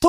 ト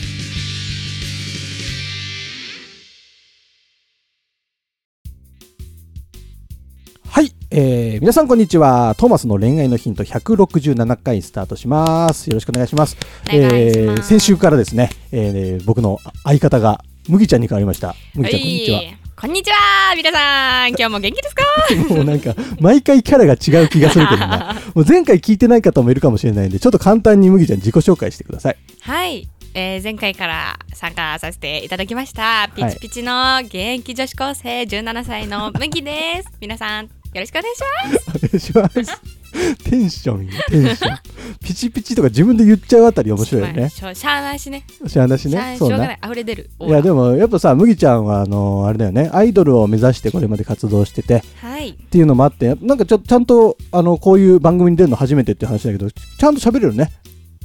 はい、えー、皆さんこんにちは。トーマスの恋愛のヒント167回スタートします。よろしくお願いします。お願いしますえー先週からですね、えー僕の相方が麦ちゃんに変わりました。麦ちゃん、こんにちは。はいこんにちは皆さん今日も元 気ですかもうなんか、毎回キャラが違う気がするけど な。もう前回聞いてない方もいるかもしれないんで、ちょっと簡単に麦ちゃん自己紹介してください。はい、えー前回から参加させていただきましたピチピチの現役女子高生17歳の麦です 皆さんよろしくお願いしおます願いします。テンション、テンション。ピチピチとか自分で言っちゃうあたり面白いよまあね。しょしゃあないしねしゃあなししゃあなね。いしょうながない溢れ出るオーいラやでもやっぱさ麦ちゃんはあのあれだよねアイドルを目指してこれまで活動しててっはいていうのもあってなんかちょちゃんとあのこういう番組に出るの初めてって話だけどちゃんと喋れるね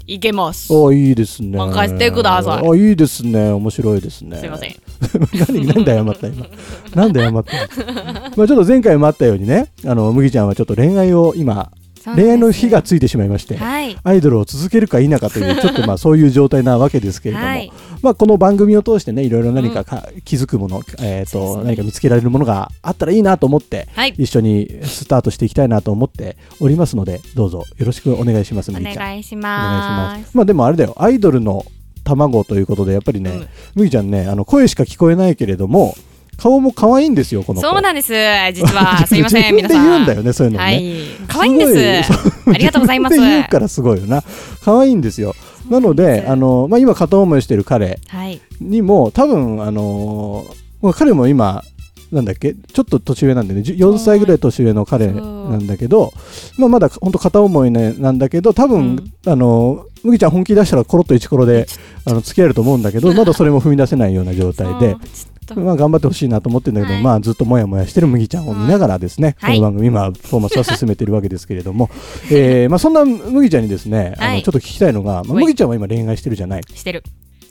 いけますあいいですね任せてくださいあいいですね面白いですねすいません 何何で謝った今何で謝ったのまあちょっと前回もあったようにねあの麦ちゃんはちょっと恋愛を今恋愛の火がついてしまいまして、はいアイドルを続けるか否かと いうちょっとまあそういう状態なわけですけれども、はいまあ、この番組を通してねいろいろ何かか、気づくもの、えー、そうですとね何か見つけられるものがあったらいいなと思って、はい一緒にスタートしていきたいなと思っておりますのでどうぞよろしくお願いしますおみーちゃん。願いしお願まいしますまあでもあれだよアイドルの卵ということでやっぱりね、うんむぎちゃんねあの声しか聞こえないけれども顔も可愛いんですよこの子そうなんです実 はすいません自分皆でさん言うんだよねそういうのもはね、い可愛いんですすありがとうご ざいます自分で言うからすごいよな。可愛いんですよ。なので、あの、まあ、今片思いしてる彼はいにも、多分、あのーまあ彼も今、なんだっけちょっと年上なんでねじゅ4歳ぐらい年上の彼なんだけど、まあ、まだ本当片思い、ね、なんだけど多分、あのー麦ちゃん本気出したらコロッとイチコロであの付き合えると思うんだけどまだそれも踏み出せないような状態 でそうちょっとまあ、頑張ってほしいなと思ってるんだけど、はいまあ、ずっともやもやしてる麦ちゃんを見ながらですね、はいこの番組、今、トーマスは進めてるわけですけれど も、えーまあ、そんな麦ちゃんにですね、あはのいちょっと聞きたいのが、まあ、はい麦ちゃんは今、恋愛してるじゃないしてる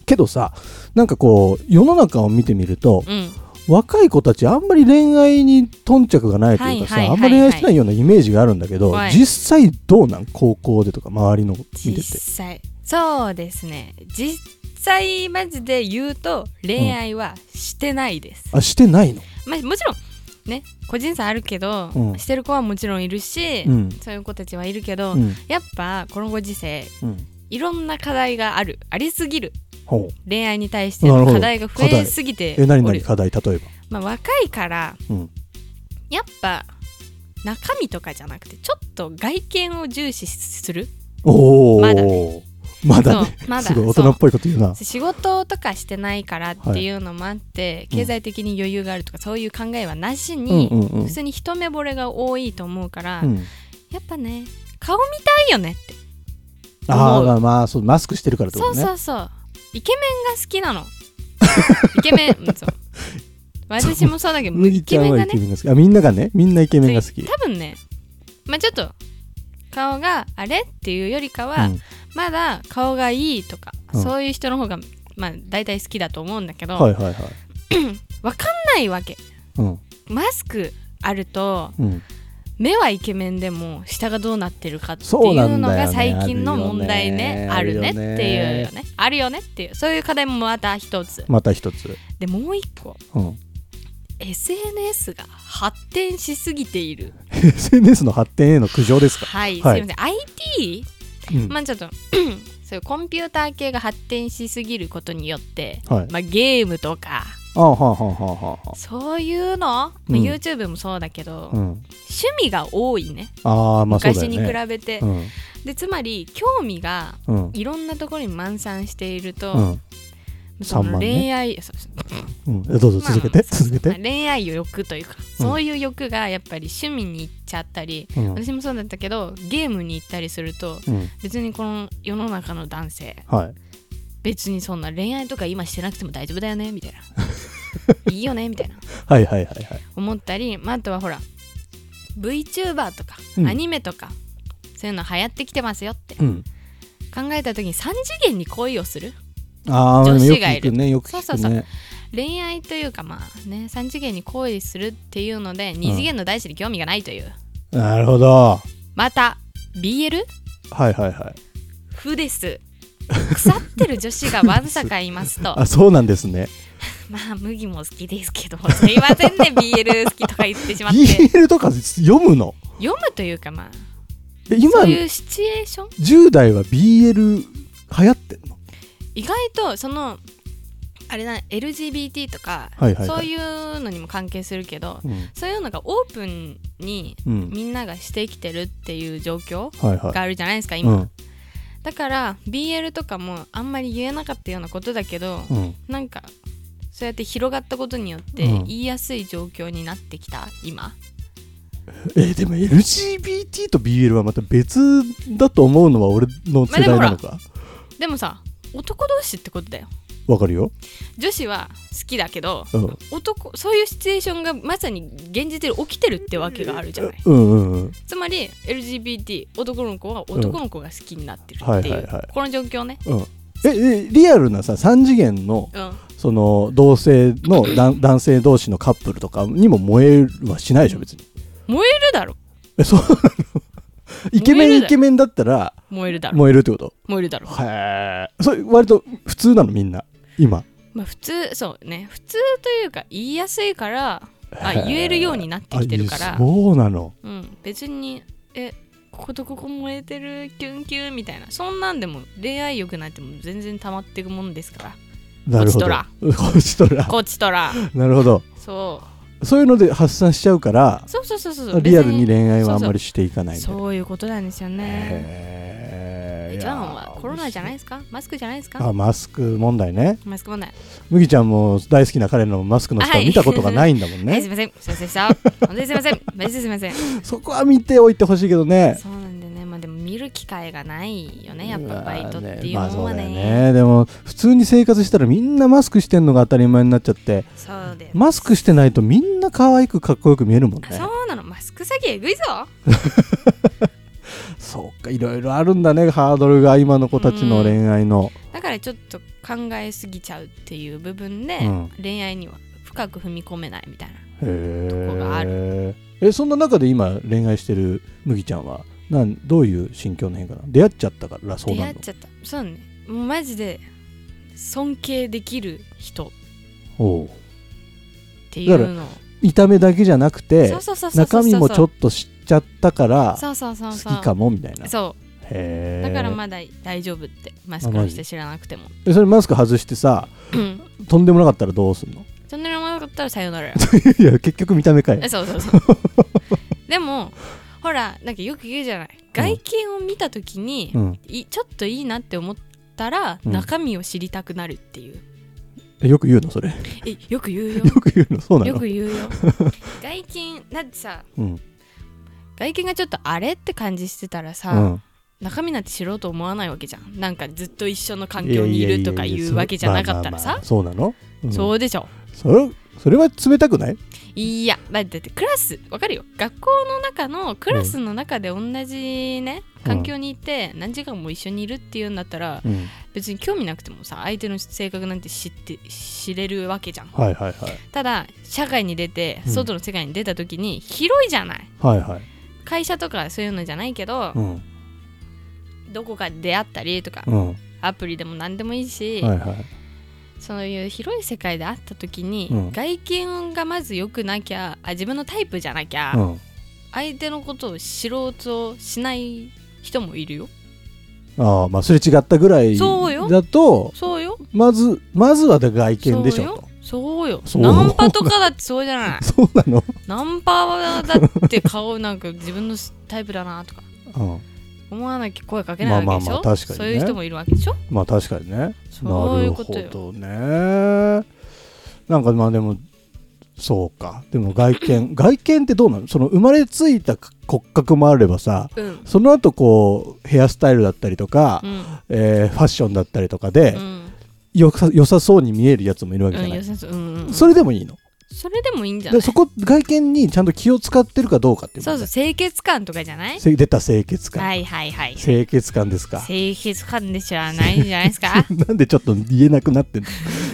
けどさ、なんかこう、世の中を見てみると、うん若い子たち、あんまり恋愛に頓着がないというかさ、はいあはいはいはいんまり恋愛してないようなイメージがあるんだけど、はい実際どうなん、高校でとか、周りの見てて実。際そうですね実際マジで言うと恋愛はしてないです、あしてないの、まあ、もちろんね個人差あるけど、うんしてる子はもちろんいるし、うんそういう子たちはいるけど、うんやっぱこのご時世うんいろんな課題があるありすぎるほう恋愛に対してなるのほど課題が増えすぎてえ何お々る課題例えば、まあ、若いからうん、やっぱ中身とかじゃなくてちょっと外見を重視するおおまだまだねそう まだすごい大人っぽいこと言うな仕事とかしてないからっていうのもあって、経済的に余裕があるとかそういう考えはなしに、うんうんうん普通に一目惚れが多いと思うから、うんやっぱね顔見たいよねってあ思あうまあまあそうマスクしてるからってこそとうねそうそうイケメンが好きなの イケメンうんそう私もそうだけどイ麦ちケゃんメンはがイケねメンが好きあみんながねみんなイケメンが好き多分ねまあちょっと顔があれっていうよりかうは、んまだ顔がいいとか、うんそういう人の方がまあ大体好きだと思うんだけど、はいはいはいわかんないわけうんマスクあるとうん目はイケメンでも下がどうなってるかっていそうなうんのだよねが最近の問題ねああるるよねねっていうよねあるよねっていうそういう課題もまた一つまた一つでもう一個うん SNS が発展しすぎている SNS の発展への苦情ですかはい、はいすいません IT うんまあちょっと そういうコンピューター系が発展しすぎることによって、はいまあ、ゲームとかあはあはあはあはあそういうの、まあうん YouTube もそうだけうど、趣ん味が多いねああまあそうだ昔よねに比べて、うんでつまり興味がうんいろんなところに満散していると、うんそ散漫のね恋愛、そうそううんえどうぞ続けてまあ続けまあて恋愛欲というか、そういう欲がやっぱり趣味に行っちゃったり、うん私もそうだったけどゲームに行ったりするとうん別にこの世の中の男性はい別にそんな恋愛とか今してなくても大丈夫だよねみたいな いいよねみたいなはいはいはいはい思ったり、まあ、あとはほら VTuber とかうんアニメとか、そういうの流行ってきてますよってうん考えた時に3次元に恋をするああでも女よ子くがい聞るくねよく聞くねそうそうそ恋愛というかまあね3次元に恋するっていうので2次元の大地に興味がないという、なるほどはまた BL いはいはい 負です腐ってる女子がわんさかいますとあそうなんですねまあ麦も好きですけどすいませんね BL 好きとか言ってしまって BL とか読むの読むというかまあえ今そういうシチュエーション10代は BL 流行ってんの意外とそのあれな LGBT とか、はいはいはいそういうのにも関係するけどうんそういうのがオープンにうんみんながしてきてるっていう状況はいはいがあるじゃないですか今、うんだから BL とかもあんまり言えなかったようなことだけど、うんなんかそうやって広がったことによってうん言いやすい状況になってきた今えーでも LGBT と BL はまた別だと思うのは俺の世代なのかでもさ男同士ってことだよわかるよ、女子は好きだけどうん、うん男そういうシチュエーションがまさに現実で起きてるってわけがあるじゃないうんうんつまり LGBT 男の子は男の子が好きになってるうんはっいて、はいいうはいこの状況ねうんええリアルなさ3次元のうんその同性の男男性同士のカップルとかにも燃えはしないでしょ別に燃えるだろえそうなのイケメ燃えンるイだケメンだったら燃えるだろ燃えるってこと燃えるだろへえそれ割と普通なのみんな今まあ普通そうね普通というか言いやす いからあへー言えるようになってきてるかあら、そうなのうん、別にえこことここ燃えてるキュンキュンみたいなそんなんでも恋愛欲なんてもう全然溜まってくもんですからなるほど こちとらこっち とらなるほどそそういうので発散しちゃうからうそうそうそうそうリアルに別恋愛はあんまりしていかないみたいなそういうことなんですよねへえ一番はコロナじゃないいですかマスクじゃないですあかマスク問題ねマスク問題麦ちゃんも大好きな彼のマスクの人を見たことがないんだ もんはい、すねいませんすいませんでした本当にすいませんマジですいませんそこは見ておいてほしいけどねそうなんでねまあでも見る機会がないよねやっぱバイトっていうまあのそうはだよねねでも普通に生活したらみんなマスクしてんのが当たり前になっちゃって そうでマスクしてないとみんな可愛くかっこよく見えるもんねあそうなのマスク詐欺えぐいぞそうかいろいろあるんだねハードルが今の子たちの恋愛のだからちょっと考えすぎちゃうっていう部分で、うん恋愛には深く踏み込めないみたいなへとこがあええそんな中で今恋愛してる麦ちゃんはなんどういう心境の変化なの出会っちゃったからそう出な会っのちゃったそうねもうマジで尊敬できる人っおうていうのを見た目だけじゃなくてそうそうそうそうそう中身もちょっと知っちゃったからそうそうそう好そうきかもみたいなそへえうだからまだ大丈夫ってマスクをして知らなくても それマスク外してさうんとんでもなかったらどうすんのそんなに思わなかったらさよならよいや結局見た目 かいそうそうそう でもほらなんかよく言うじゃない外見を見た時に、うんいちょっといいなって思ったら、うん中身を知りたくなるっていうえよく言うのそれよえよく言うよく言うのそうなよのく 言うよ外見だってさうん外見がちょっとあれって感じしてたらさ、うん中身なんて知ろうと思わないわけじゃんなんかずっと一緒の環境にいるとやかややいやうわけじゃなかったまらあまあまさあそうなのうんそうでしょそれそれは冷たくないいやだってクラスわかるよ学校の中のクラスの中で同じね、うん環境にいて何時間も一緒にいるっていうんだったらうん別に興味なくてもさ相手の性格なんて知って知れるわけじゃんはいはいはいただ社会に出てうん外の世界に出た時に広いじゃない、はいはい会社とかそういうのじゃないけど、うんどこかで出会ったりとか、うんアプリでも何でもいいし、はいはいそういう広い世界で会った時に、うん外見がまず良くなきゃあ自分のタイプじゃなきゃ、うん相手のことを知ろうとしない人もいるよああまあすれ違ったぐらいそうよだとそうよまずまずはだ外見でしそょうよそうよそうナンパとかだってそうじゃないとそうなのナンパはだって顔なんか自分のタイプだなとかうん思わなきゃ声かけないわけでしまあまょ、あまあ確かにねそういう人もいるわけでしょまあ確かにねそういうことよなるほどねなんかまあでもそうかでも外見 外見ってどうなのその生まれついた骨格もあればさうんその後こうヘアスタイルだったりとか、うんえーファッションだったりとかで、うんよさ良さそうに見えるやつもいるわけじうゃん、ない、良さそう、うんうん、それでもいいのそれでもいいんじゃなでいそこ外見にちゃんと気を使ってるかどうかっていうそうそう清潔感とかじゃないせ出た清潔感、はいはいはい清潔感ですか清潔感でしょないんじゃないですか なんでちょっと言えなくなっ てんの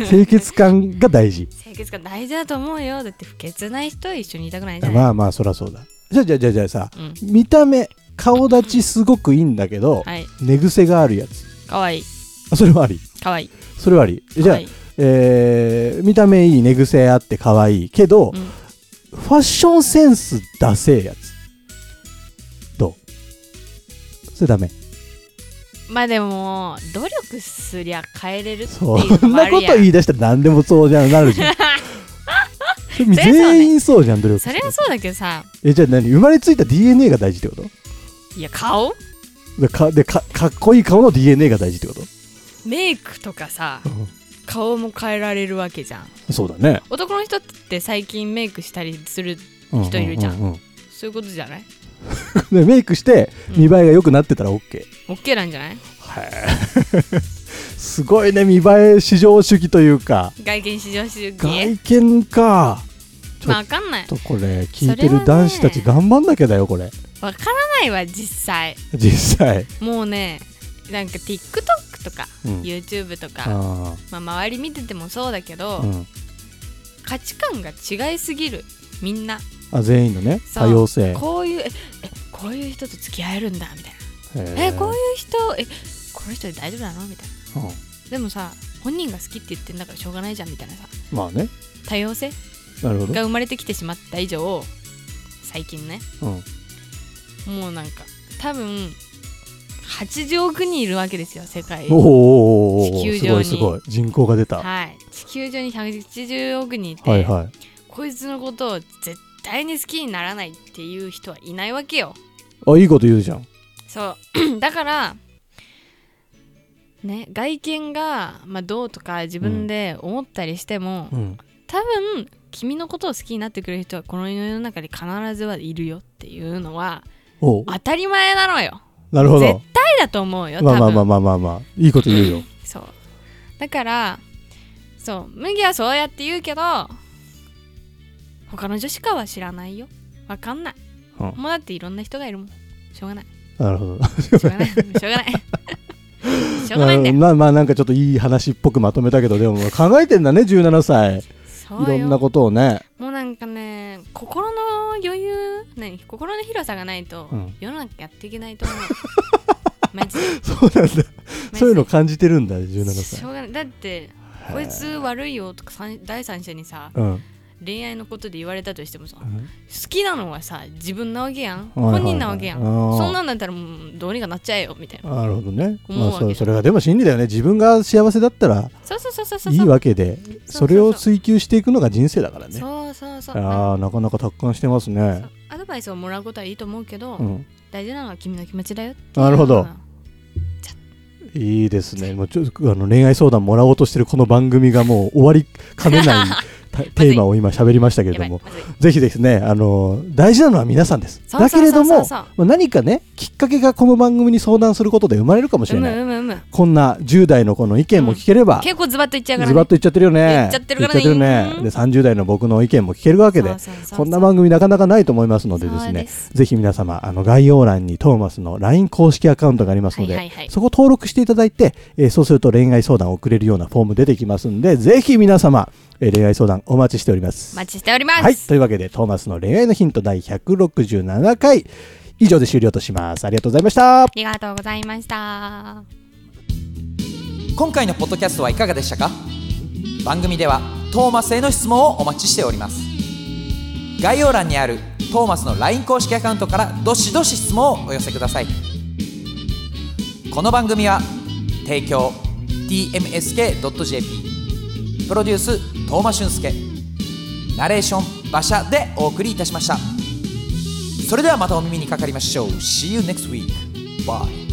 清潔感が大事清潔感大事だと思うよだって不潔ない人 は一緒にいたくないじゃない、まあまあそらそうだじゃあじゃあじゃあじゃあさうん、見た目顔立ちすごくいいんだけど、はい寝癖があるやつかわいいあそれはありかわいいそれはありじゃあ、かわいいえー見た目いい寝癖あって可愛いけど、うんファッションセンスダセえやつどうそれダメまあでも努力すりゃ変えれるってそいうんのもあなることやん言い出したら何でもそうじゃんなるじ ゃんそれ全員そうじゃん努力それはそうだけどさえじゃあ何生まれついた DNA が大事ってこといや顔でかでかかっこいい顔の DNA が大事ってこと、メイクとかさ顔も変えられるわけじゃんそうだね、男の人って最近メイクしたりするう人いるじゃんううそういうことじゃないうん でメイクして見栄えが良くなってたら OK、 OK なんじゃないはい すごいね見栄え至上主義というか外見至上主義外見かちょまあっわかんないとこれ聞いてる男子たちそれ頑張んなきゃだよこれわからないわ実際実際、もうねなんか TikTok とかうん、 YouTube とか、あまあ、周り見ててもそうだけど、ー、うん、価値観が違いすぎるみんなあ全員のねそう多様性こういうええこういう人と付き合えるんだみたいなええこういう人えこの人で大丈夫なのみたいなうん、でもさ本人が好きって言ってんだからしょうがないじゃんみたいなさまあね多様性なるほど、が生まれてきてしまった以上最近ねうん、もうなんか多分80億人いるわけですよ世界おーおーおーおー地球す上ごにいすごい人口が出た、はい地球上に180億人いて、はいはいこいつのことを絶対に好きにならないっていう人はいないわけよあいいこと言うじゃんそう だからね外見が、まあ、どうとか自分で思ったりしても、うん多分君のことを好きになってくれる人はこの世の中に必ずはいるよっていうのはおう当たり前なのよなるほ絶ど愛だと思うよ多分、まあまあまあまあまあまあいいこと言う よそうだからそう麦はそうやって言うけど他の女子かは知らないよわかんない、うんもうだっていろんな人がいるもんしょう がないなるほどしょうがないしょうが ないしょうがないんだよまあまあなんかちょっといい話っぽくまとめたけどでも考えてんだね17歳いそうよろんなことをね もうなんかね心の余裕何心の広さがないと、うん世の中やっていけないと 思うマジでそうなんだマジでそういうの感じてるんだ17し歳ょうがないだってこいつ悪いよとかさん第三者にさうんうん恋愛のことで言われたとしてもさ、好きなのはさ自分なわけやん、本人なわけやん、んそんなんだったらもうどうにかなっちゃえよみたいななるほどね思うまわあけそうそれがでも真理だよね自分が幸せだったらそうそうそうそうそういいわけでそそうれを追求していくのが人生だからねそうそうそうああなかなか達観してますねアドバイスをもらうことはいいと思うけど、うん大事なのは君の気持ちだよなるほどうんいいですね。もうちょっとあの恋愛相談もらおうとしてるこの番組がもう終わりかね ないたテーマを今喋りましたけれやばどいまも、ずぜいひですね、あの大事なのは皆さんです。そうそうだそうけそうれども、そうまあ何かね、きっかけがこの番組に相談することで生まれるかもしうれむない。うむうむこんな10代の子の意見も聞ければ、結構ズバッと言っちゃうから、ね、ズバッと言っちゃってるよね。言っちゃってるから言ねっちゃってるねで、30代の僕の意見も聞けるわけで、そうそうそうそうこんな番組なかなかないと思いますのでですそうね、すぜひ皆様、あの概要欄にトーマスの LINE 公式アカウントがありますので、はいはいはいそこ登録していただいて、えーそうすると恋愛相談を送れるようなフォーム出てきますんで、ぜひ皆様、えー恋愛相談お待ちしております。お待ちしております、はい、というわけで、トーマスの恋愛のヒント第167回、以上で終了とします。ありがとうございました。ありがとうございました今回のポッドキャストはいかがでしたか番組ではトーマスへの質問をお待ちしております概要欄にあるトーマスの LINE 公式アカウントからどしどし質問をお寄せくださいこの番組は提供 tmsk.jp プロデューストーマ俊介ナレーション馬車でお送りいたしましたそれではまたお耳にかかりましょう See you next week Bye